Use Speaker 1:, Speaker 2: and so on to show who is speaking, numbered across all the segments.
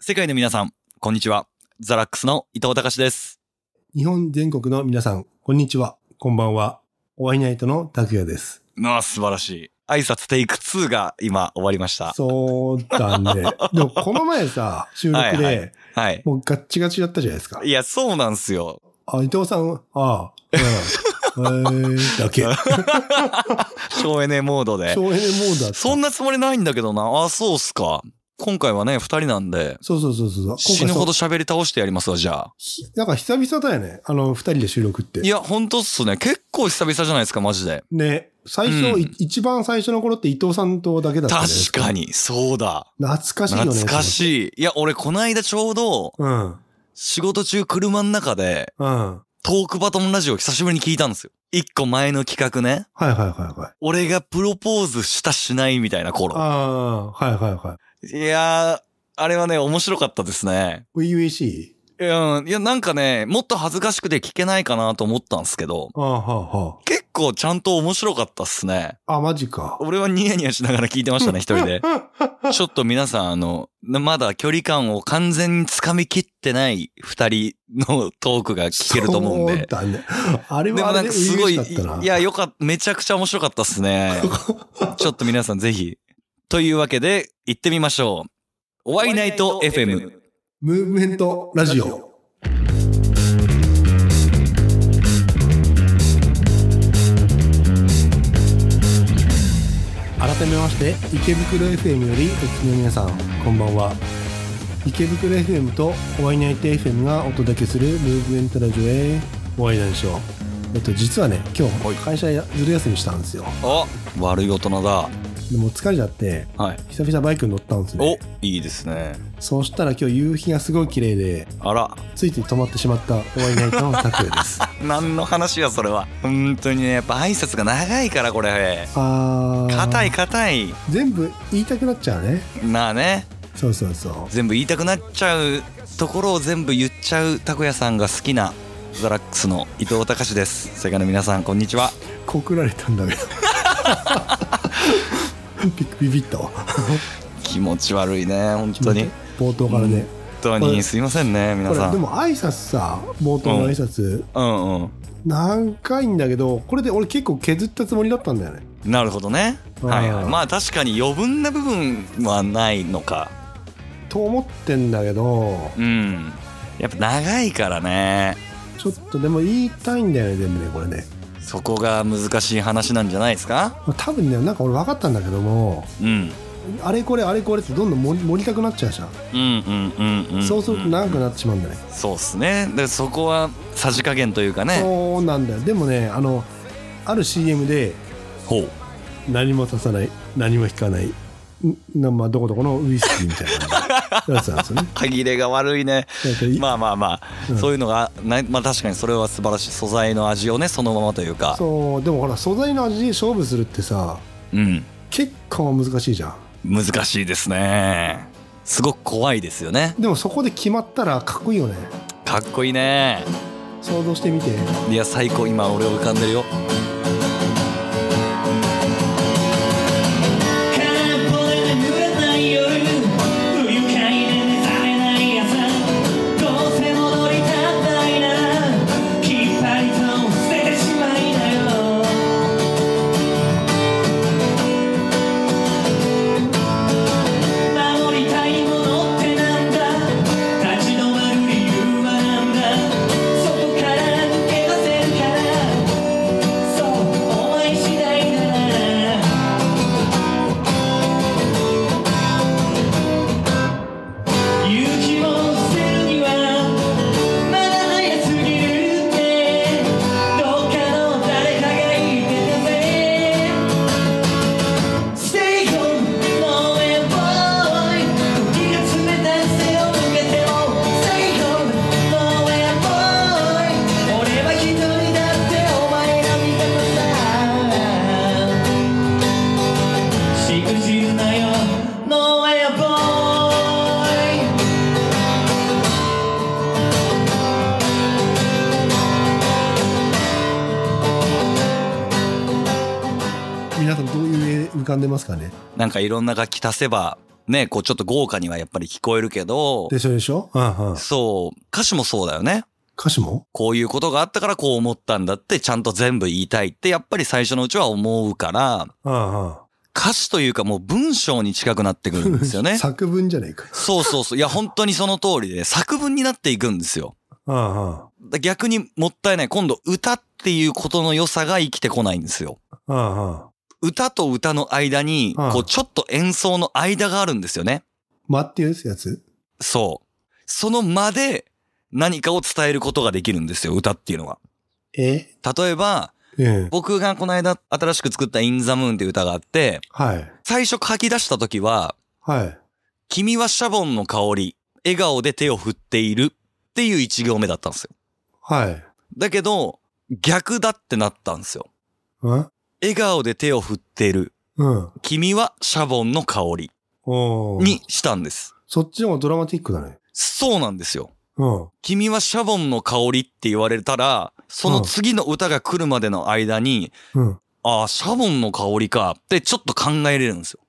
Speaker 1: 世界の皆さん、こんにちは。ザラックスの伊藤隆です。
Speaker 2: 日本全国の皆さん、こんにちは。こんばんは。お会いナイトの拓也です。
Speaker 1: まあ、素晴らしい。挨拶テイク2が今終わりました。
Speaker 2: そう だね。でも、この前さ、収録
Speaker 1: はいは
Speaker 2: で、
Speaker 1: はい。
Speaker 2: もうガッチガチだったじゃないですか
Speaker 1: い。や、そうなんすよ。
Speaker 2: あ、伊藤さん、ああ、うんえー、だけ。
Speaker 1: 省エネモードで。
Speaker 2: 省エネモードだった。
Speaker 1: そんなつもりないんだけどな。あ、そうっすか。今回はね、二人なんで、
Speaker 2: そうそうそうそう。今回
Speaker 1: 死ぬほど
Speaker 2: そう
Speaker 1: 喋り倒してやりますわ、じゃあ。
Speaker 2: ひなんか久々だよね。あの、二人で収録って
Speaker 1: い。や、ほんとっすね。結構久々じゃないですか、マジで。
Speaker 2: ね。最初、
Speaker 1: うん
Speaker 2: い一番最初の頃って伊藤さんとだけだったじゃないです
Speaker 1: 確か。に、そうだ。
Speaker 2: 懐かしいよね。
Speaker 1: 懐かしい。いや、俺、こないだちょうど、
Speaker 2: その。うん。
Speaker 1: 仕事中車の中で、
Speaker 2: うん。はい
Speaker 1: トークバトンラジオ久しぶりに聞いたんですよ。一個前の企画ね。
Speaker 2: はいはいはい。
Speaker 1: 俺がプロポーズしたしないみたいな頃。
Speaker 2: ああー、はいはいはい。
Speaker 1: いやー、あれはね、面白かったですね。
Speaker 2: 初々しい
Speaker 1: うん。いや、なんかね、もっと恥ずかしくて聞けないかなと思ったんですけど、
Speaker 2: ああ、はあ、は
Speaker 1: 結構ちゃんと面白かったっすね。
Speaker 2: あ。あ、マジか。
Speaker 1: 俺はニヤニヤしながら聞いてましたね、一人で。ちょっと皆さん、あの、なまだ距離感を完全に掴みきってない二人のトークが聞けると思うん
Speaker 2: そう
Speaker 1: で。
Speaker 2: だね。あれ
Speaker 1: で
Speaker 2: は
Speaker 1: もな
Speaker 2: あれ
Speaker 1: ん
Speaker 2: で
Speaker 1: かすごい、
Speaker 2: 初々しかったな。
Speaker 1: いや、よかった、めちゃくちゃ面白かったっす ね。ちょっと皆さんぜひ。というわけで、行ってみましょう。おワイナイト FM。
Speaker 2: ムーブメントラジオ。改めまして、池袋 FM よりお聞きの皆さん、こんばんは。池袋 FM とおワイナイト FM がお届けするムーブメントラジオへお会いないでしょう。えっと、実はね、今
Speaker 1: はい
Speaker 2: 日、会社やずる休みしたんですよ。
Speaker 1: あ悪い大人だ。
Speaker 2: でもう疲れちゃって、
Speaker 1: はい。
Speaker 2: 久々バイクに乗ったんです
Speaker 1: お
Speaker 2: ね。
Speaker 1: いいですね。
Speaker 2: そうしたら今日夕日がすごい綺麗で、
Speaker 1: あら、
Speaker 2: ついつい止まってしまったお会いナイトの拓也です
Speaker 1: 何の話やそれは。本当にね、やっぱ挨拶が長いからこれ。
Speaker 2: あー
Speaker 1: 硬い硬い。
Speaker 2: 全部言いたくなっちゃうね
Speaker 1: なあね。
Speaker 2: そうそうそ
Speaker 1: 全部言いたくなっちゃうところを全部言っちゃうたこやさんが好きなザラックスの伊藤隆です世界の皆さんこんにちは
Speaker 2: う告られたんだけど ビビビったわ
Speaker 1: 気持ち悪いね本当に
Speaker 2: 冒頭からね、
Speaker 1: 本当
Speaker 2: こ
Speaker 1: に
Speaker 2: れ
Speaker 1: すいませんね皆
Speaker 2: こ
Speaker 1: さ
Speaker 2: れで
Speaker 1: ん
Speaker 2: も挨拶さ冒頭の挨拶、
Speaker 1: うんうん
Speaker 2: 何回んだけどこれで俺結構削ったつもりだったんだよね
Speaker 1: なるほどね
Speaker 2: うん
Speaker 1: はいはいまあ確かに余分な部分はないのか
Speaker 2: と思ってんだけど
Speaker 1: うんやっぱ長いからね
Speaker 2: ちょっとでも言いたいんだよね全部ねこれね
Speaker 1: そこが難しい話なんじゃないですか
Speaker 2: 多分ねなんか俺分かったんだけども
Speaker 1: うん
Speaker 2: あれこれあれこれってどんどん盛り盛りたくなっちゃうじゃん
Speaker 1: うんうんうんうん、うん、
Speaker 2: そうすると長くなってしまうんだね。
Speaker 1: そうっすねでそこはさじ加減というかね
Speaker 2: そうなんだよ。でもね、あの、ある CM で、
Speaker 1: ほう
Speaker 2: 何も足さない、何も引かない、んなまあ、どこどこのウイスキーみたいな やつなんですよね。
Speaker 1: 歯切れが悪いね
Speaker 2: だからい
Speaker 1: まあまあまあ、
Speaker 2: うん
Speaker 1: そういうのがなまあ確かにそれは素晴らしい素材の味をねそのままというか
Speaker 2: そう、でもほら、素材の味で勝負するってさ、
Speaker 1: うん
Speaker 2: 結構難しいじゃん。
Speaker 1: 難しいですねすごく怖いですよね
Speaker 2: でもそこで決まったらかっこいいよね。
Speaker 1: かっこいいね
Speaker 2: 想像してみて。
Speaker 1: いや最高今俺浮かんでるよ
Speaker 3: 「空っぽで眠れない夜」「不愉快で目覚めない朝」「どうせ戻りたんだいな」「きっぱりと捨ててしまいなよ」「守りたいものってなんだ」「立ち止まる理由はなんだ」「そこから抜け出せるから」「そうお前次第だな」「勇気を捨てるにはまだ早すぎるって」「どっかの誰かが言ってたぜ」「Stay home, mom and boy」「時が冷たい背を向けても」「Stay home, mom and boy」「俺は一人だってお前の味方さ」信じるなよ No way a boy
Speaker 2: 皆さんどういう絵浮かんでますかね。
Speaker 1: なんかいろんな楽器足せばね、こうちょっと豪華にはやっぱり聞こえるけど
Speaker 2: で、しょでしょうんうん。
Speaker 1: そう、歌詞もそうだよね。
Speaker 2: 歌詞も
Speaker 1: こういうことがあったからこう思ったんだって、ちゃんと全部言いたいって、やっぱり最初のうちは思うから、
Speaker 2: うんうん。
Speaker 1: 歌詞というかもう文章に近くなってくるんですよ ね。
Speaker 2: 作文じゃないか。
Speaker 1: そうそうそう。いや、本当にその通りで、作文になっていくんですよ。
Speaker 2: うんうん。
Speaker 1: だ逆にもったいない。今度、歌っていうことの良さが生きてこないんですよ。
Speaker 2: うんうん。
Speaker 1: 歌と歌の間に、
Speaker 2: うん
Speaker 1: こう、ちょっと演奏の間があるんですよね。
Speaker 2: 間っていうやつ
Speaker 1: そう。その間で何かを伝えることができるんですよ、歌っていうのは。
Speaker 2: え
Speaker 1: 例えば、
Speaker 2: ええ。
Speaker 1: 僕がこの間新しく作った In the Moon っていう歌があって、
Speaker 2: はい。
Speaker 1: 最初書き出した時は、
Speaker 2: はい。
Speaker 1: 君はシャボンの香り、笑顔で手を振っているっていう一行目だったんですよ。
Speaker 2: はい。
Speaker 1: だけど、逆だってなったんですよ。
Speaker 2: うん
Speaker 1: 笑顔で手を振っている。
Speaker 2: うん。
Speaker 1: 君はシャボンの香り
Speaker 2: おー
Speaker 1: に。したんです。
Speaker 2: そっちの方がドラマティックだね。
Speaker 1: そうなんですよ。
Speaker 2: うん。
Speaker 1: 君はシャボンの香りって言われたら、その次の歌が来るまでの間に、
Speaker 2: うん。
Speaker 1: ああ、シャボンの香りかってちょっと考えれるんですよ。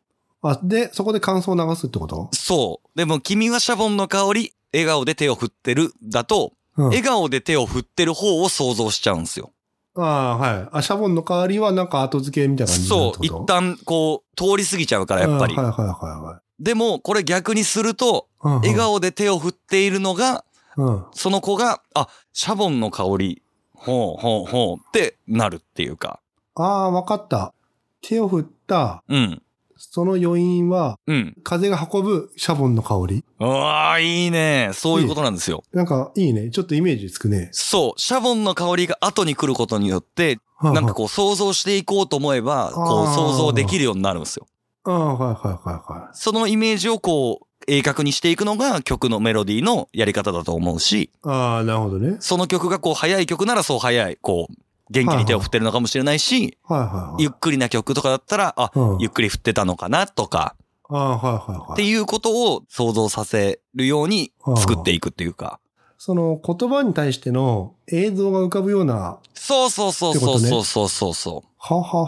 Speaker 2: あ、で、そこで感想を流すってこと
Speaker 1: そう。でも君はシャボンの香り、笑顔で手を振ってるだと、
Speaker 2: うん。
Speaker 1: 笑顔で手を振ってる方を想像しちゃうんですよ。
Speaker 2: ああ、はい。あ、シャボンの代わりはなんか後付けみたいな感じになる
Speaker 1: そ
Speaker 2: って
Speaker 1: う、
Speaker 2: こと
Speaker 1: 一旦こう、通り過ぎちゃうから、やっぱり
Speaker 2: うん。はいはいは
Speaker 1: でも、これ逆にすると、
Speaker 2: いはい。
Speaker 1: 笑顔で手を振っているのが、
Speaker 2: 顔。うん。
Speaker 1: その子が、あ、シャボンの香り、ほうほうほうってなるっていうか。
Speaker 2: ああ、わかった。手を振った、
Speaker 1: うん、
Speaker 2: その余韻は、
Speaker 1: うん。
Speaker 2: 風が運ぶシャボンの香り。
Speaker 1: うわあ、いいね。そういうことなんですよ。
Speaker 2: なんかいいね。ちょっとイメージつくね。
Speaker 1: そう、シャボンの香りが後に来ることによって、なんかこう想像していこうと思えば、こう
Speaker 2: あー
Speaker 1: 想像できるようになるんですよ。
Speaker 2: うん。ああ、はいはいはいはい。
Speaker 1: そのイメージをこう、鋭角にしていくのが曲のメロディーのやり方だと思うし、
Speaker 2: ああ、なるほどね。
Speaker 1: その曲がこう速い曲ならそう速い、こう、元気に手を振ってるのかもしれないし、
Speaker 2: はいはいはい。
Speaker 1: ゆっくりな曲とかだったら、あ、
Speaker 2: うん
Speaker 1: ゆっくり振ってたのかなとか、
Speaker 2: ああ、はいはい
Speaker 1: っ
Speaker 2: は
Speaker 1: て
Speaker 2: い。
Speaker 1: いうことを想像させるように作っていくっていうか。
Speaker 2: その言葉に対しての映像が浮かぶような、
Speaker 1: そうそうそうそうそうそうそうそ
Speaker 2: はは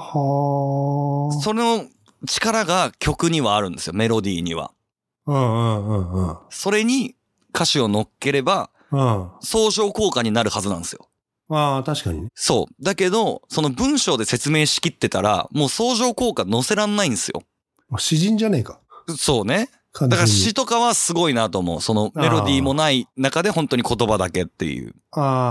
Speaker 2: は
Speaker 1: う。その力が曲にはあるんですよ、メロディーには。
Speaker 2: うんうんうんうん。
Speaker 1: それに歌詞を乗っければ、
Speaker 2: うん。
Speaker 1: 相乗効果になるはずなんですよ。
Speaker 2: ああ、確かにね。
Speaker 1: そう。だけど、その文章で説明しきってたら、もう相乗効果載せらんないんですよ。
Speaker 2: もう詩人じゃねえか。
Speaker 1: そうね。
Speaker 2: 完
Speaker 1: だ
Speaker 2: 全
Speaker 1: から
Speaker 2: に
Speaker 1: 詩とかはすごいなと思う。そのメロディーもない中で本当に言葉だけっていう。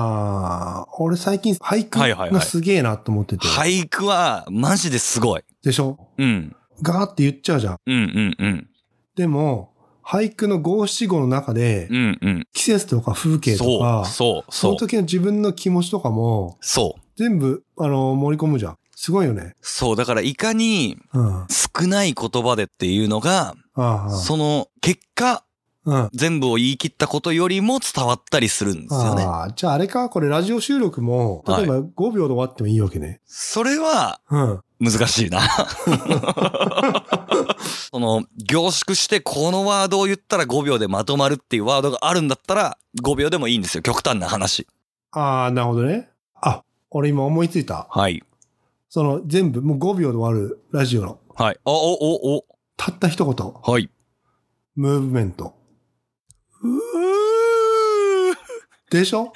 Speaker 2: ああ、俺最近俳句
Speaker 1: はいはいは
Speaker 2: が
Speaker 1: い
Speaker 2: すげえなと思ってて。
Speaker 1: 俳句はマジですごい。
Speaker 2: でしょ
Speaker 1: うん。
Speaker 2: ガーって言っちゃうじゃん。
Speaker 1: うんうんうん。
Speaker 2: でも、俳句の五七五の中で
Speaker 1: う、んうん。
Speaker 2: 季節とか風景と
Speaker 1: そ
Speaker 2: か
Speaker 1: う、、そう、
Speaker 2: そ
Speaker 1: そ
Speaker 2: の
Speaker 1: う。
Speaker 2: 時の自分の気持ちとかも、
Speaker 1: そう。
Speaker 2: 全部、あの、盛り込むじゃん。すごいよね。
Speaker 1: そう。だからいかに
Speaker 2: うん。あ
Speaker 1: 少ない言葉でっていうのが、
Speaker 2: あ、
Speaker 1: その結果
Speaker 2: うん。あ
Speaker 1: 全部を言い切ったことよりも伝わったりするんですよね。
Speaker 2: あー、じゃああれか、これラジオ収録も、例えば5秒で終わってもいいわけね。
Speaker 1: それは
Speaker 2: うん。
Speaker 1: 難しい な。その凝縮してこのワードを言ったら5秒でまとまるっていうワードがあるんだったら5秒でもいいんですよ。極端な話。
Speaker 2: ああ、なるほどね。あ、俺今思いついた。
Speaker 1: はい。
Speaker 2: その全部、もう5秒で終わるラジオの、
Speaker 1: はい。あ、お、お、お。
Speaker 2: たった一言、
Speaker 1: はい。
Speaker 2: ムーブメント。でしょ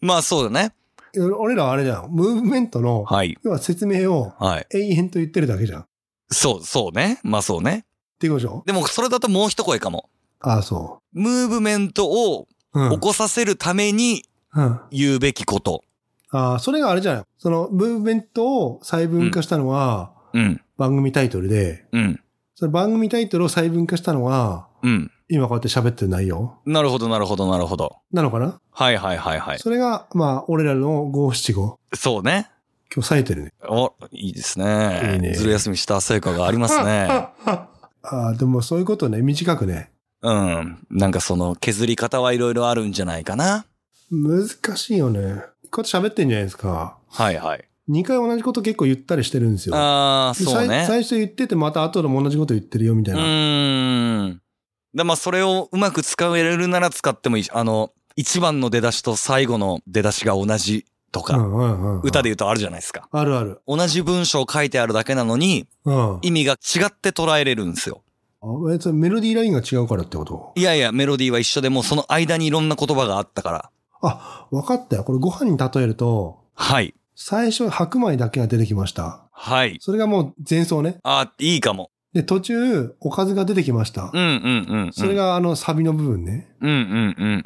Speaker 1: まあそうだね。
Speaker 2: 俺らはあれじゃん。ムーブメントの、
Speaker 1: はい。
Speaker 2: 要は説明を
Speaker 1: はい。
Speaker 2: 永遠と言ってるだけじゃん。っ
Speaker 1: そう、そうね。まあそうね。
Speaker 2: ていうことでしょ
Speaker 1: でもそれだともう一声かも。
Speaker 2: ああ、そ
Speaker 1: ムーブメントを
Speaker 2: う。うん。う
Speaker 1: 起
Speaker 2: ん。
Speaker 1: こさせるために
Speaker 2: あ
Speaker 1: 言うべきこと。
Speaker 2: あ、それがあれじゃない。その、ムーブメントを細分化したのは、
Speaker 1: うん。
Speaker 2: 番組タイトルで、
Speaker 1: うん。
Speaker 2: その番組タイトルを細分化したのは、
Speaker 1: うん。
Speaker 2: 今こうやって喋ってる内容
Speaker 1: なるほど、なるほど、なるほど。
Speaker 2: なのかな、
Speaker 1: はいはいはいはい。
Speaker 2: それが、まあ、俺らの五七五。
Speaker 1: そうね。
Speaker 2: 今日冴えてるね。
Speaker 1: お、いいですね。
Speaker 2: いいね
Speaker 1: ずる休みした成果がありますね。
Speaker 2: ああ、でもそういうことね、短くね。
Speaker 1: うん。なんかその削り方はいろいろあるんじゃないかな。
Speaker 2: 難しいよね。こうやって喋ってんじゃないですか。
Speaker 1: はいはい。
Speaker 2: 2回同じこと結構言ったりしてるんですよ。
Speaker 1: ああ、
Speaker 2: で
Speaker 1: そう
Speaker 2: さい
Speaker 1: ね。
Speaker 2: 最初言ってて、また後でも同じこと言ってるよ、みた
Speaker 1: う
Speaker 2: いな。
Speaker 1: ーん。で、まあそれをうまく使えるなら使ってもいいし、あの、一番の出だしと最後の出だしが同じと
Speaker 2: う
Speaker 1: か、
Speaker 2: んうんうんうん
Speaker 1: 歌で言うとあるじゃないですか。
Speaker 2: あるある。
Speaker 1: 同じ文章書いてあるだけなのに、
Speaker 2: うん。
Speaker 1: 意味が違って捉えれるんですよ。
Speaker 2: あいつはメロディーラインが違うからってこと
Speaker 1: いやいや、メロディーは一緒でもうその間にいろんな言葉があったから。
Speaker 2: あ、わかったよ。これご飯に例えると、
Speaker 1: はい。
Speaker 2: 最初白米だけが出てきました。
Speaker 1: はい。
Speaker 2: それがもう前奏ね。
Speaker 1: あ、いいかも。
Speaker 2: で、途中、おかずが出てきました。
Speaker 1: うんうんうん、うん。
Speaker 2: それ。があのサビの部分ね。
Speaker 1: うんうんうん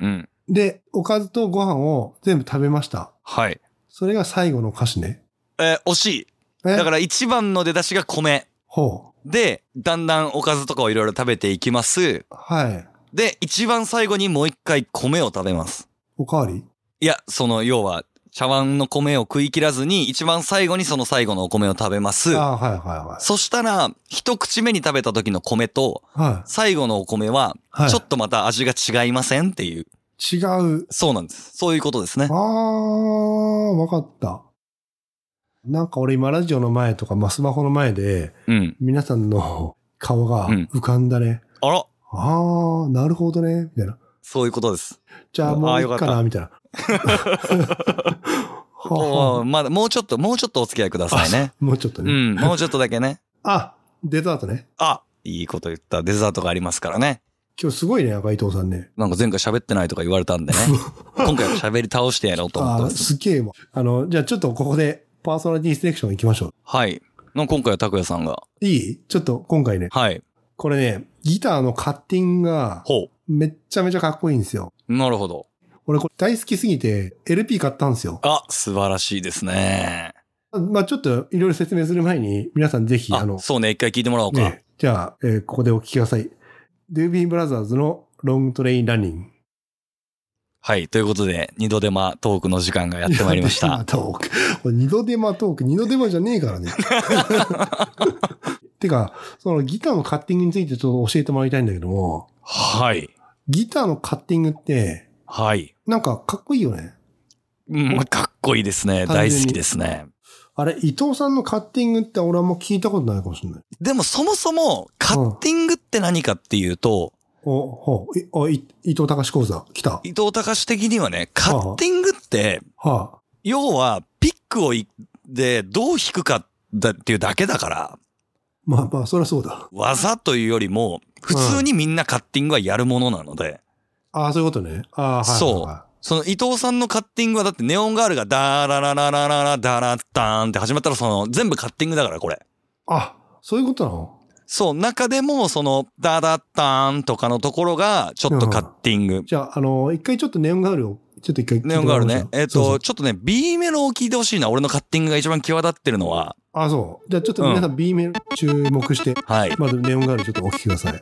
Speaker 1: うん。
Speaker 2: で、おかずとご飯を全部食べました。
Speaker 1: はい。
Speaker 2: それが最後の歌詞ね。
Speaker 1: えー惜しい。
Speaker 2: え
Speaker 1: だから一番の出だしが米。
Speaker 2: ほう。
Speaker 1: で、だんだんおかずとかをいろいろ食べていきます。
Speaker 2: はい。
Speaker 1: で、一番最後にもう一回米を食べます。
Speaker 2: おかわり
Speaker 1: いや、その、要は、茶碗の米を食い切らずに、一番最後にその最後のお米を食べます。
Speaker 2: あはいはい
Speaker 1: そしたら、一口目に食べた時の米と、
Speaker 2: はい。はい。
Speaker 1: 最後のお米は
Speaker 2: は、い
Speaker 1: ちょっとまた味が違いませんっていう。
Speaker 2: 違う。
Speaker 1: そうなんです。そういうことですね
Speaker 2: あ。ー、わかった。なんか俺今ラジオの前とか、まあ、スマホの前で、
Speaker 1: うん。
Speaker 2: 皆さんの顔が
Speaker 1: うん
Speaker 2: 浮かんだね。
Speaker 1: あら
Speaker 2: あー、なるほどね。みたいな。
Speaker 1: そういうことです。
Speaker 2: じゃあも
Speaker 1: あー
Speaker 2: ういい
Speaker 1: よかっ
Speaker 2: か
Speaker 1: た
Speaker 2: な、みたいな。 は
Speaker 1: お
Speaker 2: あ
Speaker 1: ーまだ、もうちょっと、もうちょっとお付き合いくださいね。
Speaker 2: もうちょっと
Speaker 1: う
Speaker 2: ね。
Speaker 1: ん。もうちょっとだけね。
Speaker 2: あ、デザートね。
Speaker 1: あいいこと言った。デザートがありますからね。
Speaker 2: 今日すごいね、赤伊藤さんね。
Speaker 1: なんか前回喋ってないとか言われたん でね。今回は喋り倒してやろうと思っ
Speaker 2: あ
Speaker 1: て
Speaker 2: ー
Speaker 1: ます。
Speaker 2: すげえわ。あの、じゃあちょっとここでパーソナリティセレクション行きましょ
Speaker 1: はい。の今回は拓也さんが。
Speaker 2: う。いいちょっと今回ね、
Speaker 1: はい。
Speaker 2: これね、ギターのカッティングが
Speaker 1: ほ
Speaker 2: めっちゃめちゃかっこいいんですよ。
Speaker 1: う。なるほど。
Speaker 2: 俺これ大好きすぎて LP 買ったんですよ。
Speaker 1: あ、素晴らしいですね。
Speaker 2: まあちょっといろいろ説明する前に皆さんぜひ、あ
Speaker 1: あ
Speaker 2: の、
Speaker 1: そうね。一回聞いてもらおうか。
Speaker 2: ね、じゃあ、えーここでお聞きください。ドゥービーブラザーズのロングトレインランニング。
Speaker 1: はい。ということで、二度手間トークの時間がやってまいりました
Speaker 2: 二度手間。トーク。これ二度手間トーク、二度手間じゃねえからね。てか、そのギターのカッティングについてちょっと教えてもらいたいんだけども、
Speaker 1: はい。
Speaker 2: ギターのカッティングって、
Speaker 1: はい。
Speaker 2: なんかかっこいいよね。
Speaker 1: うん、かっこいいですね。
Speaker 2: 単
Speaker 1: 大
Speaker 2: 純に
Speaker 1: 好きですね。
Speaker 2: あれ、伊藤さんのカッティングって俺あんま聞いたことないかもしれない。
Speaker 1: でもそもそも、カッティングって何かっていうと、
Speaker 2: お、ほう、いおい伊藤隆講座、来た。は
Speaker 1: 伊藤隆的にはね、カッティングって、
Speaker 2: あ。
Speaker 1: 要は、ピックをいで、どう弾くかだっていうだけだから、
Speaker 2: まあまあ、そりゃそうだ。
Speaker 1: 技というよりも、普通にみんなカッティングはやるものなので、
Speaker 2: ああ、そういうことね。ああ、はい。
Speaker 1: そう
Speaker 2: は
Speaker 1: その伊藤さんのカッティングはだってネオンガールがダーララララララダラッターンって始まったらその全部カッティングだからこれ。
Speaker 2: いはい。あ、そういうことなの
Speaker 1: そう、中でもそのダダッターンとかのところがちょっとカッティング。
Speaker 2: じゃあ、あの、一回ちょっとネオンガールを、ちょっと一回聞いて
Speaker 1: ネオンガール
Speaker 2: もらい
Speaker 1: ね
Speaker 2: ま。しょう
Speaker 1: えっ、と
Speaker 2: そうそう
Speaker 1: ちょっとね、B メロを聞いてほしいな。俺のカッティングが一番際立ってるのは。
Speaker 2: あ、そう。じゃあちょっと皆さん B メロ注目して、
Speaker 1: はい。
Speaker 2: まずネオンガールちょっとお聞きください。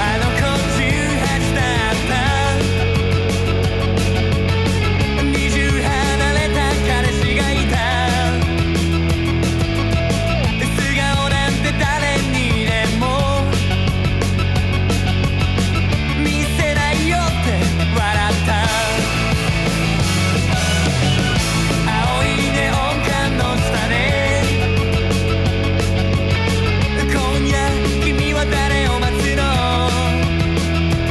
Speaker 3: あの子18だった二重離れた彼氏がいた素顔なんて誰にでも見せないよって笑った青いネオン管の下で「今夜君は誰を待つの」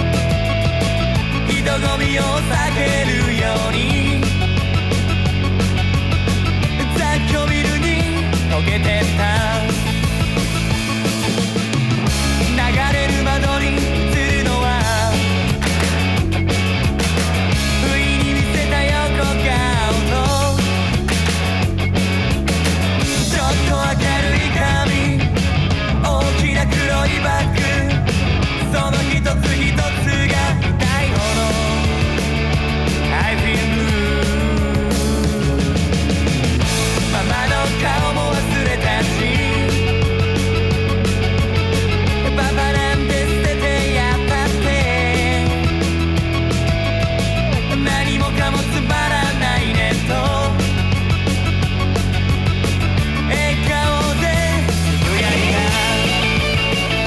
Speaker 3: 「人混みを避けるように」「雑居ビルに溶けてった」「流れる窓に映るのは」「不意に見せた横顔と」「ちょっと明るい髪」大きな黒いバッグその一つ一つが痛いほど I feel blue ママの顔も忘れたしパパなんて捨ててやったって何もかもつまらないねと笑顔でつぶやいた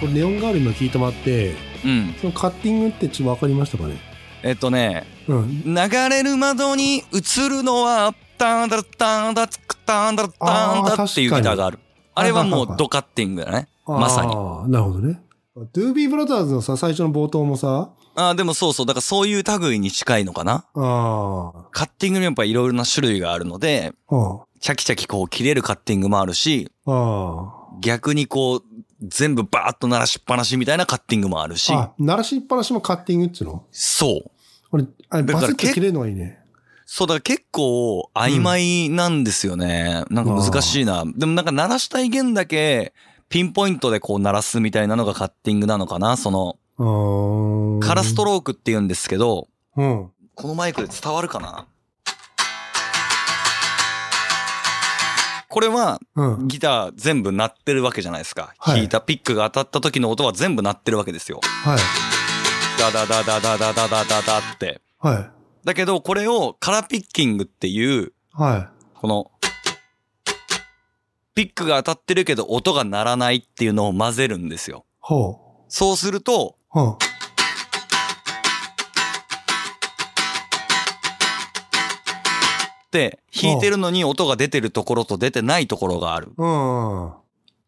Speaker 2: これネオンガール今聞いてもらって、
Speaker 1: うん。
Speaker 2: そのカッティングってちょっとわかりましたかね
Speaker 1: えっ、とね、
Speaker 2: うん。
Speaker 1: 流れる窓に映るのはタンダルタンダツクタンダルタンダっていうギターがある。あれはもうドカッティングだね。まさに。
Speaker 2: あーなるほどね。ドゥービーブラザーズのさ、最初の冒頭もさ、
Speaker 1: ああ、でもそうそう。だからそういう類に近いのかな。
Speaker 2: あ
Speaker 1: カッティングにもやっぱいろいろな種類があるので、
Speaker 2: あ、あ
Speaker 1: チャキチャキこう切れるカッティングもあるし、
Speaker 2: あ、あ
Speaker 1: 逆にこう全部バーッと鳴らしっぱなしみたいなカッティングもあるし
Speaker 2: あ、、あ鳴らしっぱなしもカッティングっつうの
Speaker 1: そう。
Speaker 2: 俺、あれ、
Speaker 1: だ
Speaker 2: バ
Speaker 1: から
Speaker 2: スッと
Speaker 1: け
Speaker 2: 切れるのがいいね。
Speaker 1: そうだ、結構曖昧なんですよね。なんか難しいな。でもなんか鳴らしたい弦だけ、ピンポイントでこう鳴らすみたいなのがカッティングなのかなその、
Speaker 2: あー
Speaker 1: カラストロークって言うんですけど、
Speaker 2: うん。
Speaker 1: このマイクで伝わるかなこれは
Speaker 2: うん。
Speaker 1: ギター全部鳴ってるわけじゃないですか。
Speaker 2: はい
Speaker 1: 弾いたピックが当たった時の音は全部鳴ってるわけですよ。
Speaker 2: はい。
Speaker 1: ダダダダダダダダダダって。
Speaker 2: はい。
Speaker 1: だけどこれをカラーピッキングっていう、
Speaker 2: は
Speaker 1: この、ピックが当たってるけど音が鳴らないっていうのを混ぜるんですよ。
Speaker 2: い。ほ
Speaker 1: そうすると、
Speaker 2: う。ほう。
Speaker 1: で、弾いてるのに音が出てるところと出てないところがある。
Speaker 2: うん。あ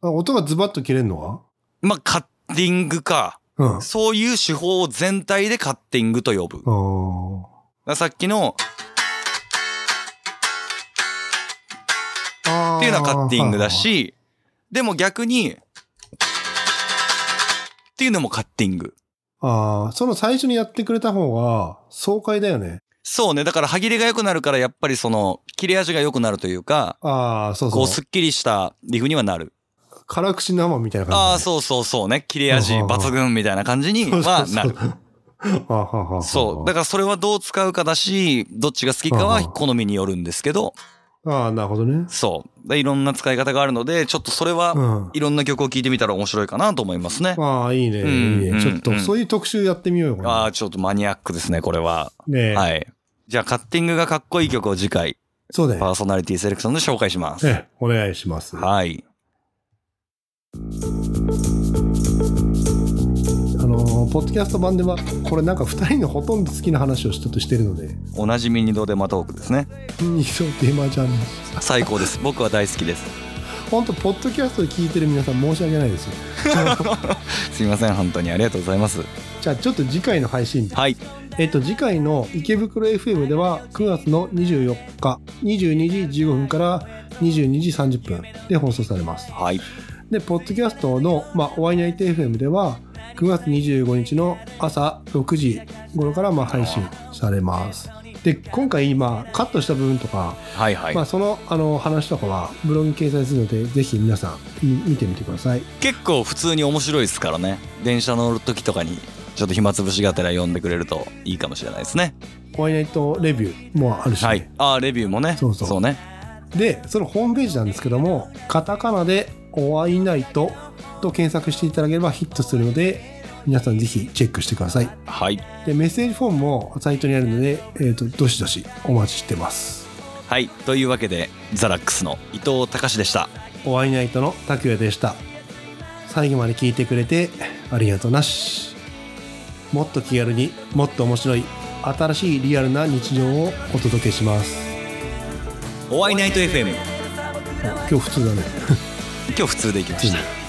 Speaker 2: 音がズバッと切れるのは
Speaker 1: まあ、カッティングか。
Speaker 2: うん。あ
Speaker 1: そういう手法を全体でカッティングと呼ぶ。だか
Speaker 2: ー
Speaker 1: らさっきの、
Speaker 2: あー。
Speaker 1: っていうのはカッティングだし、でも逆に、っていうのもカッティング。
Speaker 2: はいはいはい。ああ、その最初にやってくれた方が爽快だよね。
Speaker 1: そうね。だから歯切れが良くなるから、やっぱりその、切れ味が良くなるというか、
Speaker 2: ああ、そう
Speaker 1: こう、
Speaker 2: そ
Speaker 1: す
Speaker 2: う。
Speaker 1: っきりしたリフにはなる。
Speaker 2: 辛口生みたいな感じだね。
Speaker 1: ああ、そうそうそうね。切れ味
Speaker 2: うんうんうん
Speaker 1: 抜群みたいな感じにはなる。
Speaker 2: る。ははは
Speaker 1: そう。だ
Speaker 2: か
Speaker 1: からそれはどう使うかだし、どっちが好きか
Speaker 2: う
Speaker 1: は
Speaker 2: んうん
Speaker 1: 好みによるんですけど、
Speaker 2: ら。ああ、なるほどね。
Speaker 1: そう。でいろんな使い方があるので、ちょっとそれ
Speaker 2: う
Speaker 1: は、
Speaker 2: ん。
Speaker 1: いろんな曲を聴いてみたら面白いかなと思いますね。
Speaker 2: ああ、いいね。
Speaker 1: うん
Speaker 2: いい
Speaker 1: うん
Speaker 2: ね。ちょっと、
Speaker 1: うん
Speaker 2: そういう特集やってみようよ、これ。
Speaker 1: ああ、ちょっとマニアックですね、これは。
Speaker 2: ねえ。
Speaker 1: はい。じゃあ、カッティングがかっこいい曲を次回、
Speaker 2: そうだ
Speaker 1: パ
Speaker 2: よ。
Speaker 1: ーソナリティセレクションで紹介します。
Speaker 2: ええ、お願いします。
Speaker 1: はい。
Speaker 2: あのーポッドキャスト版ではこれなんか2人のほとんど好きな話をちょっとしてるので
Speaker 1: おなじみ二度手間トークですね。
Speaker 2: 「二度手間じゃん」
Speaker 1: 最高です。僕は大好きです。
Speaker 2: 本当ポッドキャストで聞いてる皆さん申し訳ないですよ
Speaker 1: すいません、本当にありがとうございます。
Speaker 2: じゃあちょっと次回の配信で
Speaker 1: はい。
Speaker 2: えっと次回の池袋 FM では9月の24日22時15分から22時30分で放送されます
Speaker 1: はい。
Speaker 2: でポッドキャストの、まあ、お会いにい FM では9月25日の朝6時頃からまあ配信されますで今回今カットした部分とか
Speaker 1: はいはい。
Speaker 2: まあ、そのあの話とかはブログに掲載するのでぜひ皆さんみ見てみてください
Speaker 1: 結構普通に面白いですからね。電車乗る時とかに、ちょっと暇つぶしがてら読んでくれるといいかもしれないですね。
Speaker 2: ホワイナイトレビューもあるし、ね
Speaker 1: はい。ああ、レビューもね。
Speaker 2: そうそう
Speaker 1: ね。
Speaker 2: でそのホームページなんですけどもカタカナで「ホワイナイト」と検索していただければヒットするので皆さんぜひチェックしてください
Speaker 1: はい。
Speaker 2: でメッセージフォームもサイトにあるので、えー、とどしどしお待ちしてます
Speaker 1: はい。というわけで、ザラックスの伊藤隆でした。
Speaker 2: ホワイナイトの拓也でした最後まで聞いてくれてありがとうなしもっと気軽にもっと面白い新しいリアルな日常をお届けします
Speaker 1: お会いナイト FM。
Speaker 2: 今日普通だね
Speaker 1: 今日普通で行きました。